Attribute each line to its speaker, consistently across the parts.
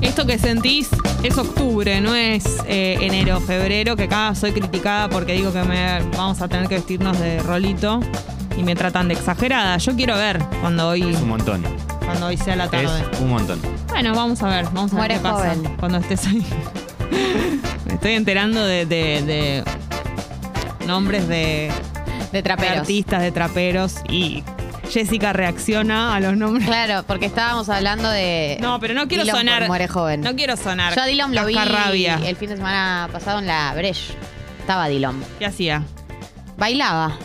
Speaker 1: Esto que sentís es octubre, no es eh, enero, febrero, que acá soy criticada porque digo que me, vamos a tener que vestirnos de rolito y me tratan de exagerada. Yo quiero ver cuando hoy,
Speaker 2: Es un montón.
Speaker 1: cuando hoy sea la tarde.
Speaker 2: Es un montón.
Speaker 1: Bueno, vamos a ver, vamos a
Speaker 3: Muere
Speaker 1: ver qué pasa
Speaker 3: joven.
Speaker 1: cuando estés ahí. me estoy enterando de, de- de nombres de,
Speaker 3: de
Speaker 1: de
Speaker 3: traperos.
Speaker 1: artistas, de traperos y Jessica reacciona a los nombres.
Speaker 3: Claro, porque estábamos hablando de.
Speaker 1: No, pero no quiero
Speaker 3: Eh, Dylan por
Speaker 1: sonar.
Speaker 3: Muere joven.
Speaker 1: No quiero sonar.
Speaker 3: Yo a Dylan lo vi
Speaker 1: cascarrabia.
Speaker 3: el fin de semana pasado en la Breche. Estaba Dylan.
Speaker 1: ¿Qué hacía?
Speaker 3: Bailaba.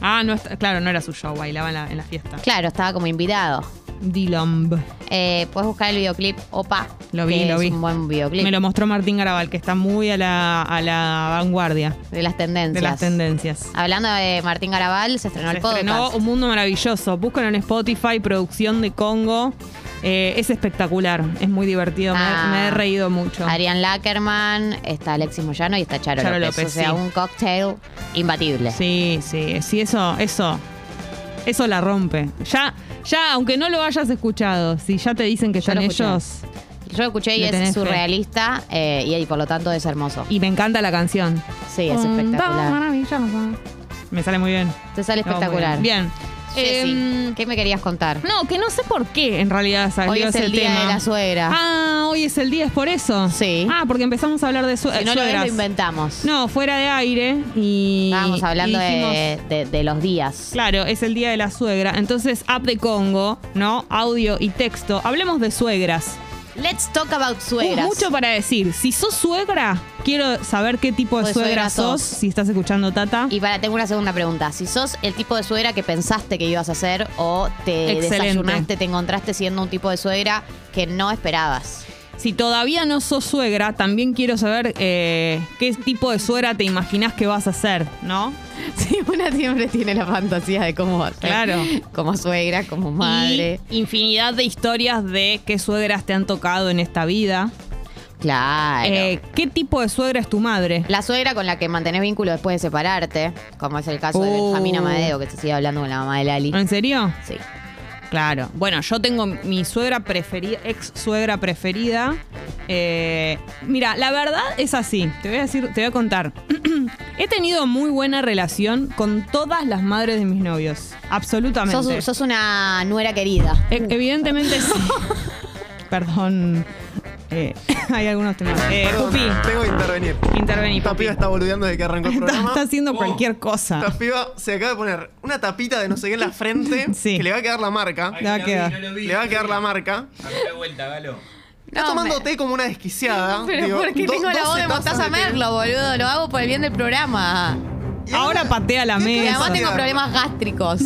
Speaker 1: Ah, no está- claro, no era su show, bailaba en la, en la fiesta.
Speaker 3: Claro, estaba como invitado.
Speaker 1: Dilomb.
Speaker 3: Eh, Puedes buscar el videoclip Opa.
Speaker 1: Lo vi,
Speaker 3: que
Speaker 1: lo
Speaker 3: es
Speaker 1: vi.
Speaker 3: un buen videoclip.
Speaker 1: Me lo mostró Martín Garabal, que está muy a la, a la vanguardia
Speaker 3: De las tendencias.
Speaker 1: de las tendencias.
Speaker 3: Hablando de Martín Garabal, se estrenó
Speaker 1: Se
Speaker 3: el podcast.
Speaker 1: estrenó Un Mundo Maravilloso. Búscalo en Spotify, producción de Congo. Eh, es espectacular, es muy divertido, me-
Speaker 3: Ah.
Speaker 1: me, he reído mucho.
Speaker 3: Arián Lackerman, está Alexis Moyano y está Charo,
Speaker 1: Charo
Speaker 3: López.
Speaker 1: López,
Speaker 3: O sea,
Speaker 1: sí.
Speaker 3: un cocktail imbatible.
Speaker 1: Sí, sí, sí, eso, eso. Eso la rompe. Ya, ya, aunque no lo hayas escuchado, si ya te dicen que
Speaker 3: Yo
Speaker 1: están
Speaker 3: lo escuché.
Speaker 1: ellos.
Speaker 3: Yo lo escuché y
Speaker 1: Le tenés
Speaker 3: es
Speaker 1: fe.
Speaker 3: surrealista eh, y, y por lo tanto es hermoso.
Speaker 1: Y me encanta la canción.
Speaker 3: Sí, es
Speaker 1: Un dado
Speaker 3: espectacular.
Speaker 1: maravilloso. Me sale muy bien.
Speaker 3: Te sale
Speaker 1: Me va muy
Speaker 3: espectacular.
Speaker 1: Bien.
Speaker 3: Jessy,
Speaker 1: Em,
Speaker 3: ¿qué me querías contar?
Speaker 1: no, que no sé por qué en realidad salió
Speaker 3: Hoy es
Speaker 1: ese
Speaker 3: el día
Speaker 1: tema.
Speaker 3: de la suegra.
Speaker 1: Ah, hoy es el día, es por eso.
Speaker 3: Sí.
Speaker 1: Ah, porque empezamos a hablar de su
Speaker 3: si no lo, ves,
Speaker 1: suegras.
Speaker 3: lo inventamos.
Speaker 1: No, fuera de aire y.
Speaker 3: Estábamos hablando
Speaker 1: y dijimos,
Speaker 3: de, de- de los días.
Speaker 1: Claro, es el día de la suegra. Entonces, app de Congo, ¿no? Audio y texto. Hablemos de suegras.
Speaker 3: Let's talk about suegras.
Speaker 1: Uh, mucho para decir. Si sos suegra, quiero saber qué tipo de,
Speaker 3: De
Speaker 1: suegra,
Speaker 3: Pues suegra
Speaker 1: sos,
Speaker 3: sos.
Speaker 1: si estás escuchando Tata.
Speaker 3: Y para, tengo una segunda pregunta. Si sos el tipo de suegra que pensaste que ibas a ser o te
Speaker 1: Excelente.
Speaker 3: desayunaste, te encontraste siendo un tipo de suegra que no esperabas.
Speaker 1: Si todavía no sos suegra, también quiero saber eh, qué tipo de suegra te imaginás que vas a ser, ¿no?
Speaker 3: Sí, una siempre tiene la fantasía de cómo va a ser.
Speaker 1: Claro.
Speaker 3: Como suegra, como
Speaker 1: Y infinidad de historias de qué suegras te han tocado en esta vida.
Speaker 3: Claro.
Speaker 1: Eh, ¿Qué tipo de suegra es tu madre?
Speaker 3: la suegra con la que mantenés vínculo después de separarte, como es el caso de
Speaker 1: Uh.
Speaker 3: Benjamín Amadeo, que se sigue hablando con la mamá de Lali.
Speaker 1: ¿En serio?
Speaker 3: Sí.
Speaker 1: Claro. Bueno, yo tengo mi suegra preferida, ex suegra preferida. Eh, mira, la verdad es así. Te voy a decir, te voy a contar. He tenido muy buena relación con todas las madres de mis novios. Absolutamente.
Speaker 3: Sos, sos una nuera querida.
Speaker 1: E- evidentemente sí. Perdón. Eh, hay algunos temas. Eh,
Speaker 4: Perdón,
Speaker 1: Pupi,
Speaker 4: Tengo que intervenir.
Speaker 1: intervení.
Speaker 4: Esta
Speaker 1: Pupi.
Speaker 4: piba está boludeando desde que arrancó el
Speaker 1: Está,
Speaker 4: programa.
Speaker 1: está haciendo
Speaker 4: Oh.
Speaker 1: cualquier cosa.
Speaker 4: Esta piba se acaba de poner una tapita de no sé qué en la frente
Speaker 1: Sí.
Speaker 4: que le va a quedar la marca.
Speaker 1: Le va a quedar.
Speaker 4: Le va a quedar la marca.
Speaker 2: Dale vuelta, Galo.
Speaker 4: Está
Speaker 3: No,
Speaker 4: tomando
Speaker 3: me-
Speaker 4: té como una desquiciada.
Speaker 3: Pero
Speaker 4: Digo,
Speaker 3: porque
Speaker 4: do-
Speaker 3: tengo la
Speaker 4: 12
Speaker 3: voz de
Speaker 4: tazas
Speaker 3: Mostaza
Speaker 4: té.
Speaker 3: Merlo, boludo. Lo hago por el bien del programa.
Speaker 4: Y
Speaker 1: Ahora patea la
Speaker 3: Y
Speaker 1: mesa.
Speaker 3: además tengo
Speaker 4: Eso.
Speaker 3: problemas gástricos.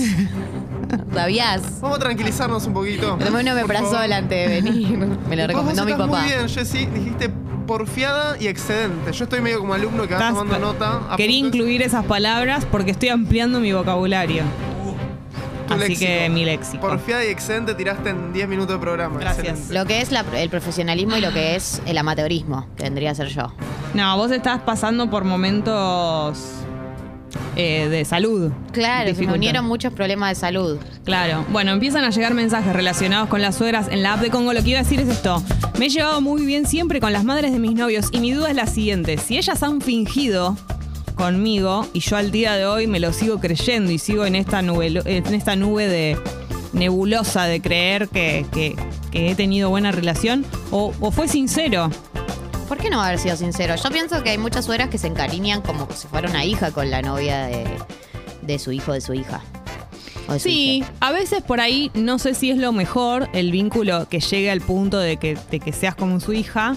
Speaker 3: ¿Sabías?
Speaker 4: Vamos a tranquilizarnos un poquito.
Speaker 3: Tomé una
Speaker 4: Por favor.
Speaker 3: meprazol antes de venir. Me lo
Speaker 4: Vos- vos
Speaker 3: recomendó mi
Speaker 4: estás
Speaker 3: papá.
Speaker 4: Muy bien, Jessy. Dijiste porfiada y excedente. Yo estoy medio como alumno que va
Speaker 1: Estás-
Speaker 4: tomando nota.
Speaker 1: Quería
Speaker 4: apuntes.
Speaker 1: incluir esas palabras porque estoy ampliando mi vocabulario.
Speaker 4: Tu
Speaker 1: Así
Speaker 4: léxico.
Speaker 1: que mi léxico.
Speaker 4: Porfiada y excedente tiraste en 10 minutos de programa.
Speaker 1: Gracias.
Speaker 4: Excelente.
Speaker 3: Lo que es la- el profesionalismo y lo que es el amateurismo, que vendría a ser yo.
Speaker 1: No, vos estás pasando por momentos eh, de salud.
Speaker 3: Claro, se me
Speaker 1: Dificultad.
Speaker 3: unieron muchos problemas de salud.
Speaker 1: Claro. Bueno, empiezan a llegar mensajes relacionados con las suegras en la app de Congo. Lo que iba a decir es esto. Me he llevado muy bien siempre con las madres de mis novios y mi duda es la siguiente. Si ellas han fingido conmigo y yo al día de hoy me lo sigo creyendo y sigo en esta nube, lo- en esta nube de nebulosa de creer que, que- que he tenido buena relación o, o fue sincero.
Speaker 3: ¿Por qué no haber sido sincero? Yo pienso que hay muchas suegras que se encariñan como si fuera una hija con la novia de, de su hijo, de su hija. O de su
Speaker 1: Sí,
Speaker 3: hija.
Speaker 1: a veces por ahí no sé si es lo mejor el vínculo que llegue al punto de que, de que seas como su hija,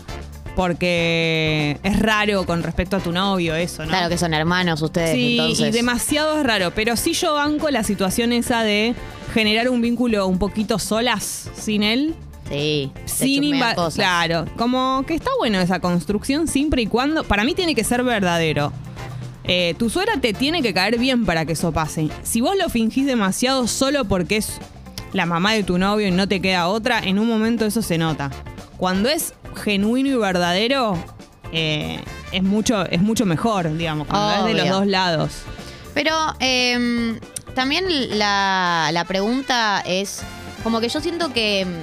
Speaker 1: porque es raro con respecto a tu novio eso, ¿no?
Speaker 3: Claro que son hermanos ustedes,
Speaker 1: Sí,
Speaker 3: entonces.
Speaker 1: y demasiado es raro, pero sí yo banco la situación esa de generar un vínculo un poquito solas sin él.
Speaker 3: Sí, te
Speaker 1: Sin
Speaker 3: chusmean
Speaker 1: inva-
Speaker 3: cosas.
Speaker 1: Claro, como que está bueno esa construcción siempre y cuando. Para mí tiene que ser verdadero. Eh, tu suegra te tiene que caer bien para que eso pase. Si vos lo fingís demasiado solo porque es la mamá de tu novio y no te queda otra, en un momento eso se nota. Cuando es genuino y verdadero, eh, es, mucho, es mucho mejor, digamos, cuando es de los
Speaker 3: Obvio.
Speaker 1: dos lados.
Speaker 3: Pero eh, también la, la pregunta es, como que yo siento que mm, em,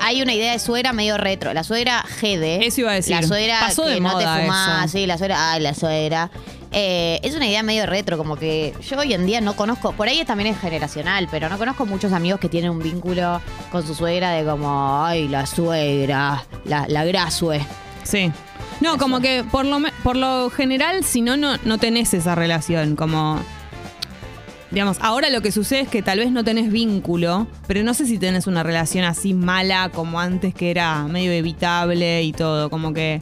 Speaker 3: hay una idea de suegra medio retro. La suegra GD.
Speaker 1: Eso iba a decir.
Speaker 3: La suegra
Speaker 1: Pasó
Speaker 3: que
Speaker 1: de
Speaker 3: no
Speaker 1: moda
Speaker 3: te fumás,
Speaker 1: eso.
Speaker 3: sí, la suegra. Ay, la suegra. Eh, es una idea medio retro, como que yo hoy en día no conozco, por ahí también es generacional, pero no conozco muchos amigos que tienen un vínculo con su suegra de como, ay, la suegra, la, la grasue.
Speaker 1: Sí. No, como que por lo, me- por lo general, si no, no, no tenés esa relación. Como. Digamos, ahora lo que sucede es que tal vez no tenés vínculo, pero no sé si tenés una relación así mala como antes, que era medio evitable y todo. Como que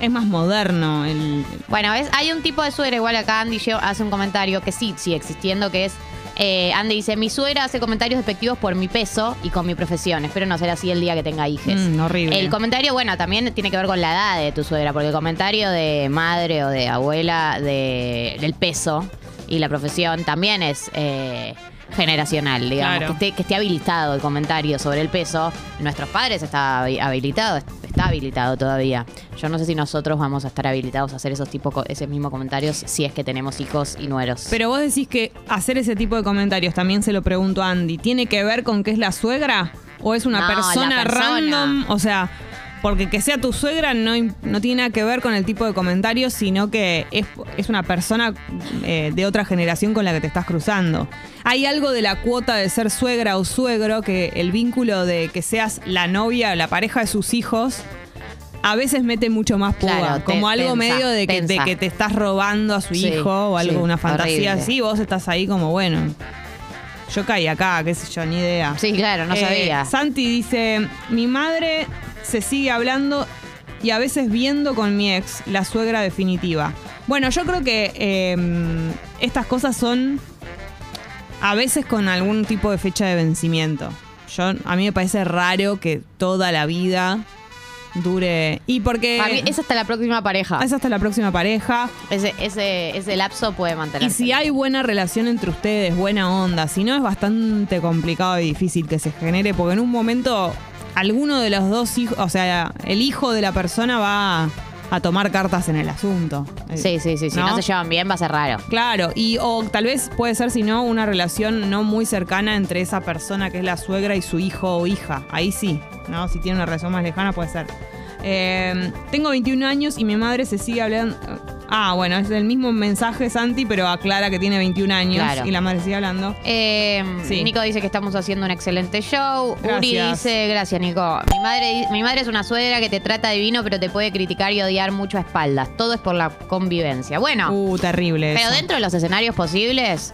Speaker 1: es más moderno. El,
Speaker 3: Bueno, ¿ves? hay un tipo de suegra, igual acá Andy lle- hace un comentario que sí, sí existiendo, que es, eh, Andy dice, mi suegra hace comentarios despectivos por mi peso y con mi profesión, espero no ser así el día que tenga hijes.
Speaker 1: Mm, horrible.
Speaker 3: El comentario, bueno, también tiene que ver con la edad de tu suegra, porque el comentario de madre o de abuela de, del peso y la profesión también es eh, generacional, digamos.
Speaker 1: Claro.
Speaker 3: Que, esté, que esté habilitado el comentario sobre el peso. Nuestros padres está habi- habilitado, está habilitado todavía. Yo no sé si nosotros vamos a estar habilitados a hacer esos tipos, co- ese mismo comentarios si es que tenemos hijos y nueros.
Speaker 1: Pero vos decís que hacer ese tipo de comentarios, también se lo pregunto a Andy, ¿tiene que ver con que es la suegra? ¿O es una
Speaker 3: No, la
Speaker 1: persona,
Speaker 3: persona.
Speaker 1: random? O sea, porque que sea tu suegra no, im- no tiene nada que ver con el tipo de comentarios, sino que es, es una persona eh, de otra generación con la que te estás cruzando. Hay algo de la cuota de ser suegra o suegro, que el vínculo de que seas la novia o la pareja de sus hijos. A veces mete mucho más púa,
Speaker 3: Claro, te-
Speaker 1: como algo
Speaker 3: tensa,
Speaker 1: medio de que, de
Speaker 3: tensa.
Speaker 1: que te estás robando a su
Speaker 3: Sí,
Speaker 1: hijo o algo,
Speaker 3: sí,
Speaker 1: una fantasía
Speaker 3: horrible.
Speaker 1: así, vos estás ahí como, bueno, yo caí acá, qué sé yo, ni idea.
Speaker 3: sí, claro, no
Speaker 1: Eh,
Speaker 3: sabía.
Speaker 1: Santi dice, mi madre se sigue hablando y a veces viendo con mi ex, la suegra definitiva. Bueno, yo creo que eh, estas cosas son a veces con algún tipo de fecha de vencimiento. Yo, a mí me parece raro que toda la vida dure. Y porque...
Speaker 3: Para mí, es hasta la próxima pareja.
Speaker 1: es hasta la próxima pareja.
Speaker 3: Ese, ese, ese lapso puede
Speaker 1: Y
Speaker 3: mantenerse.
Speaker 1: si hay buena relación entre ustedes, buena onda, si no es bastante complicado y difícil que se genere, porque en un momento alguno de los dos hijos, o sea, el hijo de la persona va a, a tomar cartas en el asunto. Eh,
Speaker 3: Sí, sí, sí. Si no, se llevan bien, va a ser raro.
Speaker 1: Claro, y o tal vez puede ser, si no, una relación no muy cercana entre esa persona que es la suegra y su hijo o hija. Ahí sí, ¿no? Si tiene una relación más lejana puede ser. Eh, tengo 21 años y mi madre se sigue hablando... Ah, bueno, es el mismo mensaje Santi, pero aclara que tiene 21 años
Speaker 3: Claro.
Speaker 1: y la madre sigue hablando.
Speaker 3: Eh,
Speaker 1: Sí.
Speaker 3: Nico dice que estamos haciendo un excelente show. Uri
Speaker 1: Gracias.
Speaker 3: dice, gracias Nico. Mi madre, di- mi madre es una suegra que te trata divino, pero te puede criticar y odiar mucho a espaldas. Todo es por la convivencia. Bueno,
Speaker 1: Uh, terrible.
Speaker 3: Ah. pero
Speaker 1: eso.
Speaker 3: dentro de los escenarios posibles,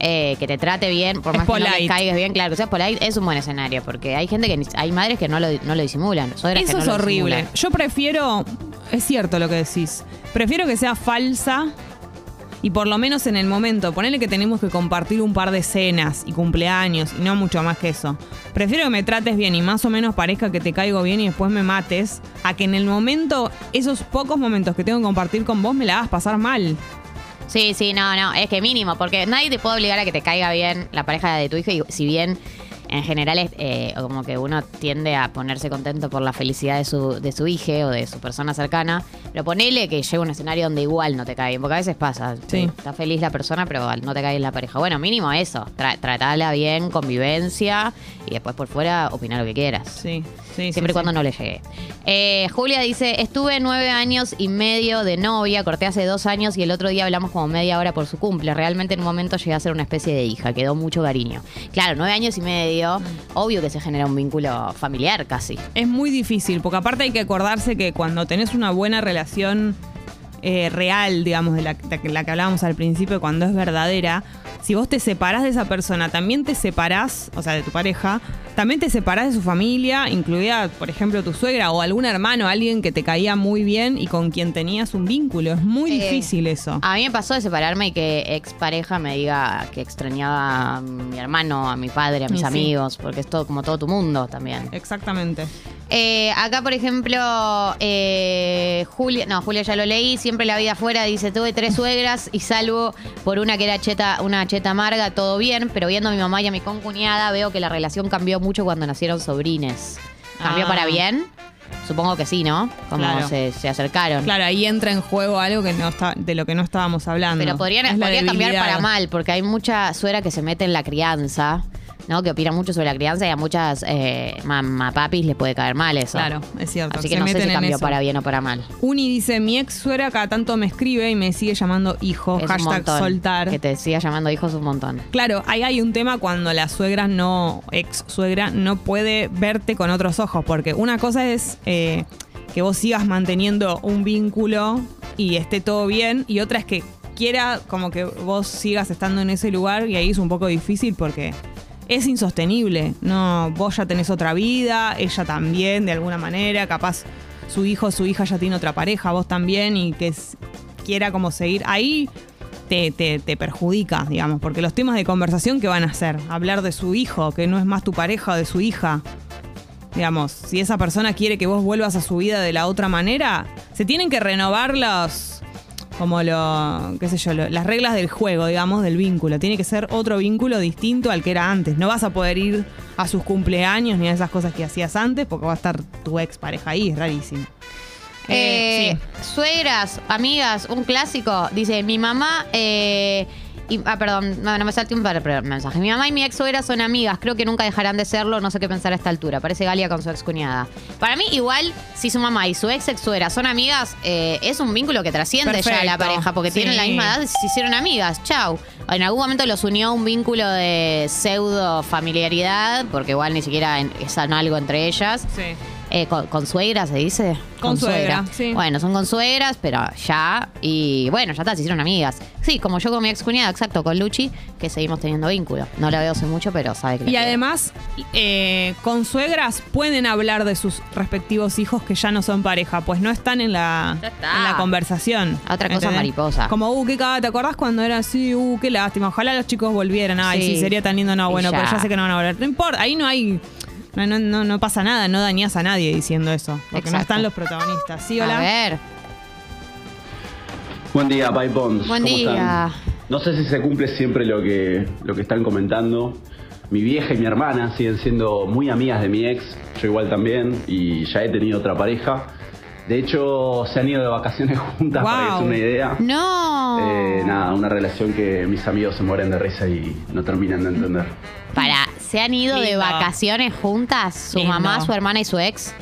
Speaker 3: eh, que te trate bien, por
Speaker 1: Es
Speaker 3: más que no les
Speaker 1: polite.
Speaker 3: caigas bien, claro, que seas polite, es un buen escenario, porque hay gente que ni- hay madres que no lo, no lo disimulan. suegras que
Speaker 1: Eso
Speaker 3: no
Speaker 1: es
Speaker 3: lo
Speaker 1: horrible.
Speaker 3: disimulan.
Speaker 1: Yo prefiero, es cierto lo que decís, prefiero que sea falsa y por lo menos en el momento, ponele que tenemos que compartir un par de cenas y cumpleaños y no mucho más que eso. Prefiero que me trates bien y más o menos parezca que te caigo bien y después me mates, a que en el momento, esos pocos momentos que tengo que compartir con vos me la hagas pasar mal.
Speaker 3: Sí, sí, no, no, es que mínimo, porque nadie te puede obligar a que te caiga bien la pareja de tu hijo, y si bien en general es eh, como que uno tiende a ponerse contento por la felicidad de su, de su hije o de su persona cercana, pero ponele que llega un escenario donde igual no te cae bien, porque a veces pasa,
Speaker 1: Sí.
Speaker 3: está feliz la persona, pero no te cae bien la pareja. Bueno, mínimo eso, tra- tratarla bien, convivencia, y después por fuera opinar lo que quieras.
Speaker 1: Sí, sí.
Speaker 3: Siempre y cuando no le llegue. Eh, Julia dice, estuve nueve años y medio de novia, corté hace dos años y el otro día hablamos como media hora por su cumple. Realmente en un momento llegué a ser una especie de hija, quedó mucho cariño. Claro, nueve años y medio, obvio que se genera un vínculo familiar casi.
Speaker 1: Es muy difícil, porque aparte hay que acordarse que cuando tenés una buena relación eh, real, digamos, de la, de la que hablábamos al principio, cuando es verdadera, si vos te separás de esa persona, también te separás, o sea, de tu pareja, también te separás de su familia, incluida, por ejemplo, tu suegra o algún hermano, alguien que te caía muy bien y con quien tenías un vínculo. Es muy
Speaker 3: Eh,
Speaker 1: difícil eso.
Speaker 3: A mí me pasó de separarme y que expareja me diga que extrañaba a mi hermano, a mi padre, a mis
Speaker 1: Y sí.
Speaker 3: amigos, porque es todo como todo tu mundo también.
Speaker 1: Exactamente.
Speaker 3: Eh, acá, por ejemplo, eh, Julia, no, Julia ya lo leí, siempre la vida afuera, dice, tuve tres suegras y salvo por una que era cheta, una cheta amarga, todo bien, pero viendo a mi mamá y a mi concuñada veo que la relación cambió mucho cuando nacieron sobrines. ¿Cambió
Speaker 1: Ah.
Speaker 3: para bien? Supongo que sí, ¿no? Como
Speaker 1: Claro.
Speaker 3: se, se acercaron.
Speaker 1: Claro, ahí entra en juego algo que no está, de lo que no estábamos hablando.
Speaker 3: Pero podrían,
Speaker 1: Es la
Speaker 3: podría cambiar
Speaker 1: debilidad.
Speaker 3: para mal, porque hay mucha suegra que se mete en la crianza. ¿no? Que opina mucho sobre la crianza y a muchas eh, mamapapis les puede caer mal eso.
Speaker 1: Claro, es cierto.
Speaker 3: Así que
Speaker 1: se
Speaker 3: no sé
Speaker 1: meten
Speaker 3: si
Speaker 1: en
Speaker 3: cambió
Speaker 1: eso.
Speaker 3: para bien o para mal.
Speaker 1: Uni dice, mi ex suegra cada tanto me escribe y me sigue llamando hijo.
Speaker 3: Es un
Speaker 1: hashtag
Speaker 3: montón.
Speaker 1: soltar.
Speaker 3: Que te siga llamando hijos un montón.
Speaker 1: Claro, ahí hay un tema cuando la suegra no, ex suegra, no puede verte con otros ojos, porque una cosa es eh, que vos sigas manteniendo un vínculo y esté todo bien, y otra es que quiera como que vos sigas estando en ese lugar, y ahí es un poco difícil porque es insostenible. No, vos ya tenés otra vida, ella también, de alguna manera, capaz su hijo o su hija ya tiene otra pareja, vos también, y que s- quiera como seguir. Ahí te, te, te perjudica, digamos, porque los temas de conversación que van a hacer, hablar de su hijo, que no es más tu pareja o de su hija, digamos, si esa persona quiere que vos vuelvas a su vida de la otra manera, se tienen que renovar los, como lo, qué sé yo, lo- las reglas del juego, digamos, del vínculo. Tiene que ser otro vínculo distinto al que era antes. No vas a poder ir a sus cumpleaños ni a esas cosas que hacías antes porque va a estar tu ex pareja ahí, es rarísimo. Eh,
Speaker 3: Eh,
Speaker 1: sí.
Speaker 3: Suegras, amigas, un clásico. Dice, mi mamá... eh, y- ah, perdón, no, no me salté un par de mensajes. Mi mamá y mi ex suegra son amigas, creo que nunca dejarán de serlo, no sé qué pensar a esta altura. Parece Galia con su ex cuñada. Para mí, igual, si su mamá y su ex ex suegra son amigas, eh, es un vínculo que trasciende ya a
Speaker 1: Perfecto,
Speaker 3: la pareja, porque
Speaker 1: sí.
Speaker 3: tienen la misma edad y se hicieron amigas. Chau. En algún momento los unió un vínculo de pseudo familiaridad, porque igual ni siquiera en- es algo entre ellas.
Speaker 1: Sí.
Speaker 3: Eh, con, con suegra se dice.
Speaker 1: Con suegra, sí.
Speaker 3: Bueno, son con suegras, pero ya. Y bueno, ya está, se hicieron amigas. Sí, como yo con mi ex cuñada, exacto, con Luchi, que seguimos teniendo vínculo. No la veo hace mucho, pero sabe que la
Speaker 1: Y
Speaker 3: quiero.
Speaker 1: además, eh, con suegras pueden hablar de sus respectivos hijos que ya no son pareja, pues no están en la,
Speaker 3: Ya está.
Speaker 1: en la conversación.
Speaker 3: Otra cosa mariposa.
Speaker 1: Como, uh, qué cagada, ¿te acordás cuando era así? Uh, qué lástima. Ojalá los chicos volvieran. Ay, sí,
Speaker 3: Sí.
Speaker 1: sería tan lindo. No,
Speaker 3: Y
Speaker 1: bueno, pero
Speaker 3: ya.
Speaker 1: ya sé que no van a volver. No importa, ahí no hay... No, no, no, no pasa nada, no dañas a nadie diciendo eso. Porque no
Speaker 3: Exacto.
Speaker 1: están los protagonistas. Sí,
Speaker 3: A
Speaker 1: hola.
Speaker 3: ver.
Speaker 2: Buen día, Bye Bonds.
Speaker 3: Buen
Speaker 2: ¿Cómo están?
Speaker 3: día.
Speaker 2: No sé si se cumple siempre lo que, lo que están comentando. Mi vieja y mi hermana siguen siendo muy amigas de mi ex, yo igual también, y ya he tenido otra pareja. De hecho, se han ido de vacaciones juntas, para que
Speaker 1: Wow.
Speaker 2: es una idea.
Speaker 3: No.
Speaker 2: Eh, nada, una relación que mis amigos se mueren de risa y no terminan de entender.
Speaker 3: Para, se han ido de
Speaker 1: Lindo.
Speaker 3: vacaciones juntas, su
Speaker 1: Lindo.
Speaker 3: mamá, su hermana y su ex.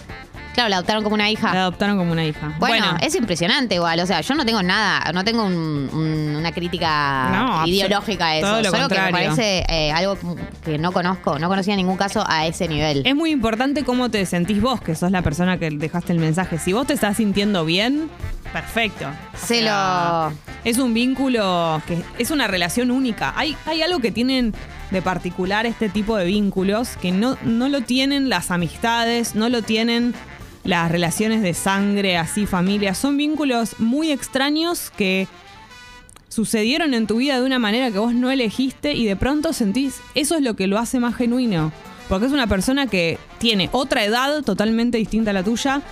Speaker 3: Claro, la adoptaron como una hija.
Speaker 1: La adoptaron como una hija.
Speaker 3: Bueno, es impresionante igual. O sea, yo no tengo nada, no tengo un- un- una crítica
Speaker 1: No, abso-
Speaker 3: ideológica a eso.
Speaker 1: todo lo
Speaker 3: Solo que me
Speaker 1: contrario.
Speaker 3: parece eh, algo que no conozco, no conocía ningún caso a ese nivel.
Speaker 1: Es muy importante cómo te sentís vos, que sos la persona que dejaste el mensaje. Si vos te estás sintiendo bien, perfecto. O
Speaker 3: Se
Speaker 1: sea,
Speaker 3: lo-
Speaker 1: Es un vínculo que es una relación única. Hay, hay algo que tienen de particular este tipo de vínculos que no, no lo tienen las amistades, no lo tienen las relaciones de sangre, así familia. Son vínculos muy extraños que sucedieron en tu vida de una manera que vos no elegiste y de pronto sentís, eso es lo que lo hace más genuino. Porque es una persona que tiene otra edad totalmente distinta a la tuya,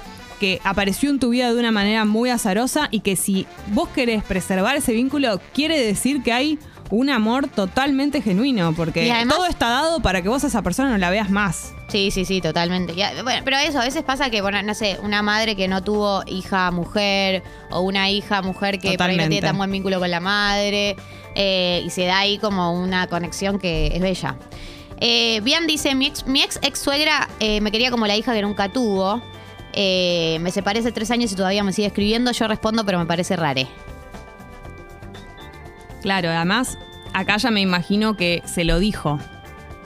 Speaker 1: que apareció en tu vida de una manera muy azarosa y que si vos querés preservar ese vínculo, quiere decir que hay un amor totalmente genuino, porque
Speaker 3: Y además-
Speaker 1: todo está dado para que vos a esa persona no la veas más.
Speaker 3: Sí, sí, sí, totalmente. Ya, bueno, pero eso, a veces pasa que, bueno, no sé, una madre que no tuvo hija mujer o una hija mujer que por ahí no
Speaker 1: Totalmente.
Speaker 3: tiene tan buen vínculo con la madre eh, y se da ahí como una conexión que es bella. Eh, Bian dice, mi ex, mi ex, ex suegra eh, me quería como la hija que nunca tuvo. Eh, me separé hace tres años y todavía me sigue escribiendo. Yo respondo, pero me parece rare.
Speaker 1: Claro, además, acá ya me imagino que se lo dijo.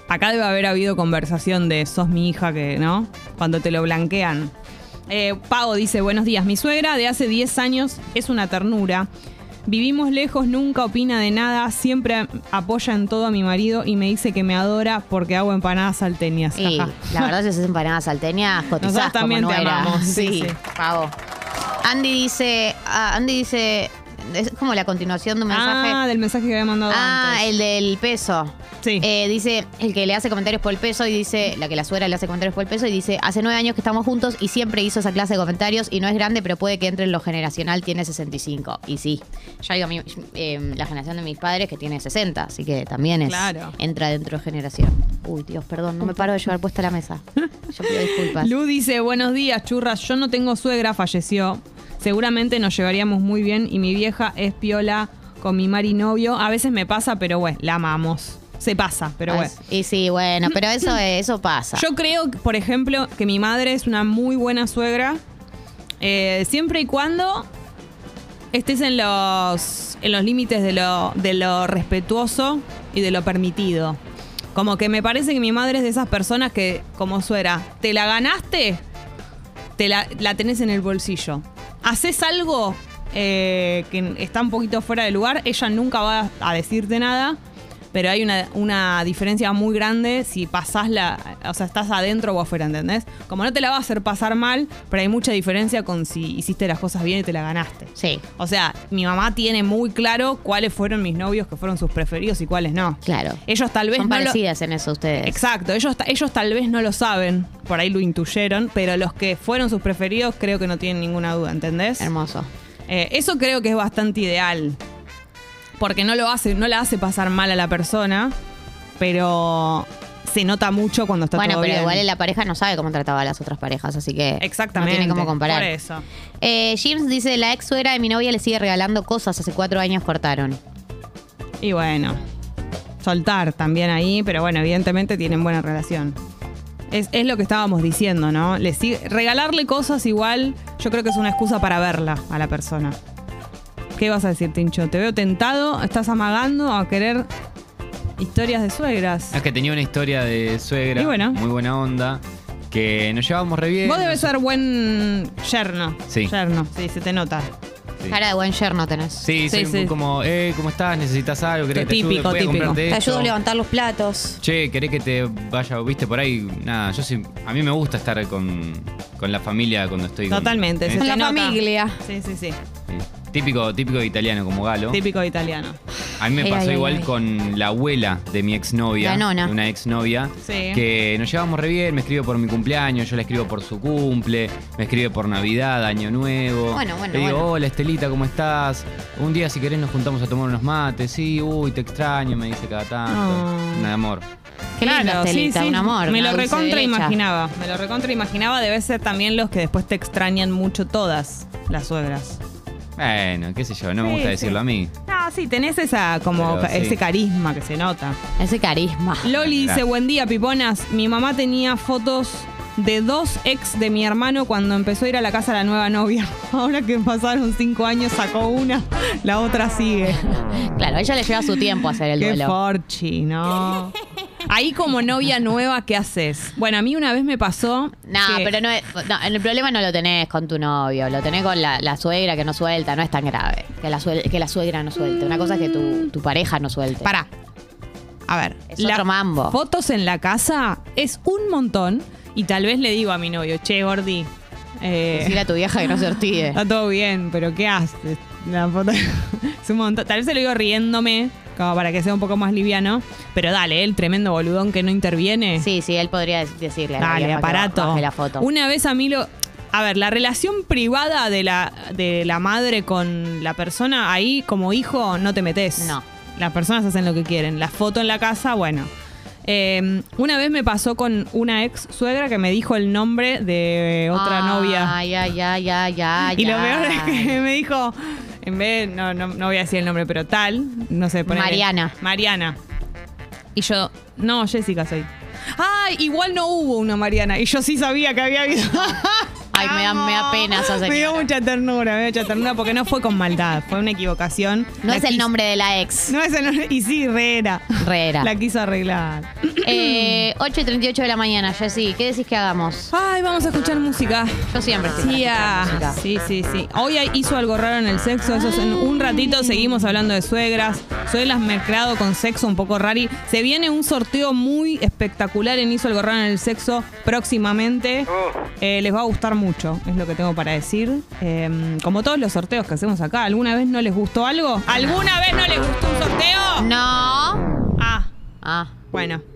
Speaker 1: Acá debe haber habido conversación de sos mi hija que, ¿no? Cuando te lo blanquean. Eh, Pau dice, buenos días, mi suegra de hace 10 años es una ternura. Vivimos lejos, nunca opina de nada, siempre apoya en todo a mi marido y me dice que me adora porque hago empanadas salteñas.
Speaker 3: Y
Speaker 1: Jaja.
Speaker 3: la verdad, si haces empanadas salteñas, cotizás
Speaker 1: Nosotros también
Speaker 3: como
Speaker 1: te
Speaker 3: nuera.
Speaker 1: amamos, sí,
Speaker 3: Sí,
Speaker 1: sí.
Speaker 3: pavo. Andy dice, ah, Andy dice, es como la continuación de un mensaje.
Speaker 1: Ah, del mensaje que había mandado
Speaker 3: Ah,
Speaker 1: antes.
Speaker 3: el del peso.
Speaker 1: Sí.
Speaker 3: Eh, dice, el que le hace comentarios por el peso y dice, la que la suegra le hace comentarios por el peso y dice, hace nueve años que estamos juntos y siempre hizo esa clase de comentarios y no es grande, pero puede que entre en lo generacional, tiene 65. Y sí, ya digo, mi- eh, la generación de mis padres que tiene 60, así que también es,
Speaker 1: Claro.
Speaker 3: entra dentro de generación. Uy, Dios, perdón, no me paro de llevar puesta la mesa. Yo pido disculpas.
Speaker 1: Lu dice, buenos días, churras, yo no tengo suegra, falleció. Seguramente nos llevaríamos muy bien y mi vieja es piola con mi marinovio. A veces me pasa, pero bueno, la amamos. se pasa, pero
Speaker 3: Ay,
Speaker 1: bueno.
Speaker 3: Y sí, bueno, pero eso, eso pasa.
Speaker 1: Yo creo, por ejemplo, que mi madre es una muy buena suegra. eh, siempre y cuando estés en los en los límites de lo, de lo respetuoso y de lo permitido. Como que me parece que mi madre es de esas personas que, como suegra, te la ganaste, te la, la tenés en el bolsillo. Haces algo eh, que está un poquito fuera de lugar, ella nunca va a decirte nada, pero hay una, una diferencia muy grande si pasás la. O sea, estás adentro o afuera, ¿entendés? Como no te la va a hacer pasar mal, pero hay mucha diferencia con si hiciste las cosas bien y te la ganaste.
Speaker 3: Sí,
Speaker 1: O sea, mi mamá tiene muy claro cuáles fueron mis novios que fueron sus preferidos y cuáles no.
Speaker 3: claro.
Speaker 1: Ellos Eh, tal vez
Speaker 3: Son
Speaker 1: no lo-
Speaker 3: parecidas en eso ustedes.
Speaker 1: Exacto, ellos, ta- ellos tal vez no lo saben, por ahí lo intuyeron, pero los que fueron sus preferidos creo que no tienen ninguna duda, ¿entendés?
Speaker 3: Hermoso.
Speaker 1: Eh, eso creo que es bastante ideal, porque no lo hace, no la hace pasar mal a la persona, pero se nota mucho cuando está
Speaker 3: bueno,
Speaker 1: todo
Speaker 3: pero
Speaker 1: bien.
Speaker 3: igual la pareja no sabe cómo trataba a las otras parejas, así que
Speaker 1: Exactamente.
Speaker 3: no tiene cómo
Speaker 1: Por
Speaker 3: comparar.
Speaker 1: eso.
Speaker 3: Eh, James dice, la ex suegra de mi novia le sigue regalando cosas, hace cuatro años cortaron.
Speaker 1: Y bueno, soltar también ahí, pero bueno, evidentemente tienen buena relación. Es, es lo que estábamos diciendo, ¿no? Le sigue- regalarle cosas igual, yo creo que es una excusa para verla a la persona. ¿Qué vas a decir, Tincho? Te veo tentado, estás amagando a querer historias de suegras.
Speaker 5: Es que tenía una historia de suegra,
Speaker 1: Y bueno.
Speaker 5: muy buena onda, que nos llevábamos re bien.
Speaker 1: Vos debes
Speaker 5: nos-
Speaker 1: ser buen yerno.
Speaker 5: Sí.
Speaker 1: Yerno, sí, se te nota.
Speaker 5: Sí.
Speaker 3: Cara de buen yerno tenés.
Speaker 5: Sí,
Speaker 1: Sí,
Speaker 5: soy
Speaker 1: sí.
Speaker 5: como, eh, ¿cómo estás? ¿Necesitas algo? ¿Querés que te ayude?
Speaker 1: Típico,
Speaker 5: ¿Voy a
Speaker 1: típico.
Speaker 5: comprarte
Speaker 6: Te
Speaker 5: esto?
Speaker 6: ayudo a levantar los platos.
Speaker 5: Che, ¿querés que te vaya, viste, por ahí? Nada, yo sí, a mí me gusta estar con, con la familia cuando estoy con-
Speaker 1: Totalmente.
Speaker 5: ¿eh?
Speaker 1: se
Speaker 6: Con la
Speaker 1: te nota.
Speaker 6: familia.
Speaker 1: Sí, sí, sí.
Speaker 5: Sí. Típico, típico italiano, como galo.
Speaker 1: Típico italiano.
Speaker 5: A mí me
Speaker 6: Ay,
Speaker 5: pasó
Speaker 6: ay,
Speaker 5: igual
Speaker 6: ay.
Speaker 5: con la abuela de mi exnovia.
Speaker 3: La nona.
Speaker 5: de Una exnovia.
Speaker 1: Sí.
Speaker 5: Que nos llevamos re bien, me escribe por mi cumpleaños, yo la escribo por su cumple, me escribe por Navidad, Año Nuevo.
Speaker 3: Bueno, bueno,
Speaker 5: Le digo,
Speaker 3: bueno.
Speaker 5: hola Estelita, ¿cómo estás? Un día si querés nos juntamos a tomar unos mates. Sí, uy, te extraño, me dice cada tanto.
Speaker 1: Ah.
Speaker 5: Un amor.
Speaker 3: Qué linda Estelita, un amor.
Speaker 1: Me
Speaker 3: una
Speaker 1: lo
Speaker 3: dulce
Speaker 1: recontra
Speaker 3: derecha.
Speaker 1: imaginaba. Me lo recontra imaginaba. Debe ser también los que después te extrañan mucho todas las suegras.
Speaker 5: Bueno, qué sé yo, no me
Speaker 1: Sí,
Speaker 5: gusta
Speaker 1: sí.
Speaker 5: decirlo a mí.
Speaker 1: No, sí, tenés esa, como
Speaker 5: Pero
Speaker 1: ca-
Speaker 5: sí.
Speaker 1: ese carisma que se nota.
Speaker 3: Ese carisma.
Speaker 1: Loli dice,
Speaker 5: Gracias.
Speaker 1: buen día, piponas. Mi mamá tenía fotos de dos ex de mi hermano cuando empezó a ir a la casa de la nueva novia. Ahora que pasaron cinco años, sacó una, la otra sigue.
Speaker 3: Claro, ella le lleva su tiempo hacer el
Speaker 1: Qué
Speaker 3: duelo.
Speaker 1: forchi, ¿no? Ahí como novia nueva, ¿qué haces? Bueno, a mí una vez me pasó...
Speaker 3: No,
Speaker 1: que-
Speaker 3: pero no, es- no, el problema no lo tenés con tu novio, lo tenés con la, la suegra que no suelta, no es tan grave. Que la, suel- que la suegra no suelte. Una cosa es que tu, tu pareja no suelte.
Speaker 1: Pará. A ver,
Speaker 3: Es otro mambo.
Speaker 1: fotos en la casa es un montón y tal vez le digo a mi novio, che, Gordi, eh,
Speaker 3: Decirle a tu vieja que no se ortigue.
Speaker 1: está todo bien, pero ¿qué haces? La foto es un montón. Tal vez se lo digo riéndome, como para que sea un poco más liviano, pero dale, el tremendo boludón que no interviene.
Speaker 3: Sí, sí, él podría decirle. a la
Speaker 1: Dale,
Speaker 3: vieja que
Speaker 1: aparato.
Speaker 3: baje la foto.
Speaker 1: Una vez a mí lo. A ver, la relación privada de la, de la madre con la persona, ahí como hijo no te metes.
Speaker 3: No.
Speaker 1: Las personas hacen lo que quieren. La foto en la casa, bueno. Eh, una vez me pasó con una ex suegra que me dijo el nombre de otra novia.
Speaker 3: Ay, ay, ay, ay, ay.
Speaker 1: Y lo peor
Speaker 3: ay.
Speaker 1: es que me dijo, en vez, no, no, no voy a decir el nombre, pero tal, no sé, ponele.
Speaker 3: Mariana.
Speaker 1: Mariana. Y yo, no, Jessica soy. Ay, igual no hubo una Mariana. Y yo sí sabía que había habido.
Speaker 3: Ay, me da- me da pena esa
Speaker 1: Me dio
Speaker 3: señora.
Speaker 1: mucha ternura, me dio mucha ternura porque no fue con maldad, fue una equivocación.
Speaker 3: No
Speaker 1: La
Speaker 3: es el
Speaker 1: quis-
Speaker 3: nombre de la ex.
Speaker 1: No es el nombre. Y sí, re era.
Speaker 3: Rera.
Speaker 1: La quiso arreglar.
Speaker 3: Eh, 8 y 38 de la mañana, Jessy. ¿Qué decís que hagamos?
Speaker 1: Ay, vamos a escuchar música.
Speaker 3: Yo siempre estoy
Speaker 1: Sí,
Speaker 3: para
Speaker 1: ah,
Speaker 3: escuchar música.
Speaker 1: sí, sí, sí. Hoy hay- hizo algo raro en el sexo. Eso es en un ratito seguimos hablando de suegras. Suegras mezclado con sexo un poco rari. Se viene un sorteo muy espectacular en Hizo algo raro en el sexo próximamente. Eh, les va a gustar mucho, es lo que tengo para decir. Eh, como todos los sorteos que hacemos acá, ¿alguna vez no les gustó algo? ¿Alguna vez no les gustó un sorteo?
Speaker 3: No.
Speaker 1: Ah,
Speaker 3: Ah.
Speaker 1: bueno.